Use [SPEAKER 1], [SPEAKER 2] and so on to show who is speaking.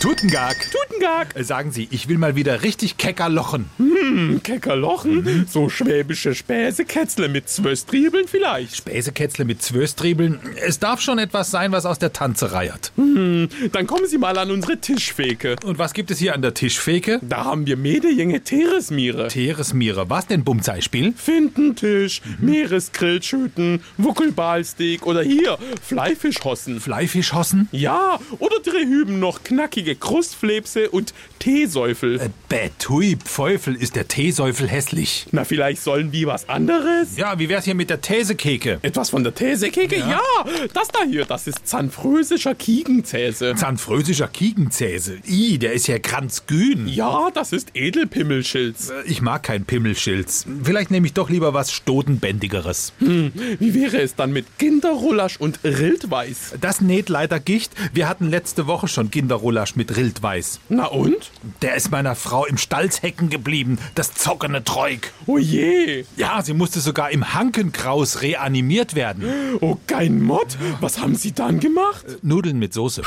[SPEAKER 1] Tutengag.
[SPEAKER 2] Tutengag.
[SPEAKER 1] Äh, Sagen Sie, ich will mal wieder richtig kecker lochen.
[SPEAKER 2] Keckerlochen, so schwäbische Späsekätzle mit zwölf Triebeln vielleicht.
[SPEAKER 1] Bäsekätzle mit Zwöstriebeln. Es darf schon etwas sein, was aus der Tanze reiert.
[SPEAKER 2] Dann kommen Sie mal an unsere Tischfeke.
[SPEAKER 1] Und was gibt es hier an der Tischfeke?
[SPEAKER 2] Da haben wir Medejenge Teresmiere.
[SPEAKER 1] Teresmiere. Was denn Bumzeispiel?
[SPEAKER 2] Fintentisch, Meeresgrillschüten, Wuckelbalstick oder hier Fleifischhossen.
[SPEAKER 1] Bleifischhossen?
[SPEAKER 2] Ja, oder drüben noch knackige Krustflebse und Teesäufel.
[SPEAKER 1] Äh, Betui Pfeufel ist der Teesäufel hässlich.
[SPEAKER 2] Na, vielleicht sollen wir was anderes?
[SPEAKER 1] Ja, wie wär's hier mit der Thäsekeke?
[SPEAKER 2] Etwas von der Thäsekeke? Ja. das da hier, das ist zanfrösischer Kiegenzäse.
[SPEAKER 1] Zahnfrösischer Kiegenzäse. I, der ist ja kranzgün.
[SPEAKER 2] Ja, das ist Edelpimmelschilz.
[SPEAKER 1] Äh, Ich mag kein Pimmelschilz. Vielleicht nehme ich doch lieber was Stodenbändigeres.
[SPEAKER 2] Wie wäre es dann mit Kinderrulasch und Rildweiß?
[SPEAKER 1] Das näht leider Gicht. Wir hatten letzte Woche schon Kinderrulasch mit Rildweiß.
[SPEAKER 2] Na und?
[SPEAKER 1] Der ist meiner Frau im Stalz hecken geblieben, das zockene Treuk.
[SPEAKER 2] Oh je.
[SPEAKER 1] Ja, sie musste sogar im Hankenkraus reanimiert werden.
[SPEAKER 2] Oh, kein Mod. Was haben Sie dann gemacht?
[SPEAKER 1] Nudeln mit Soße.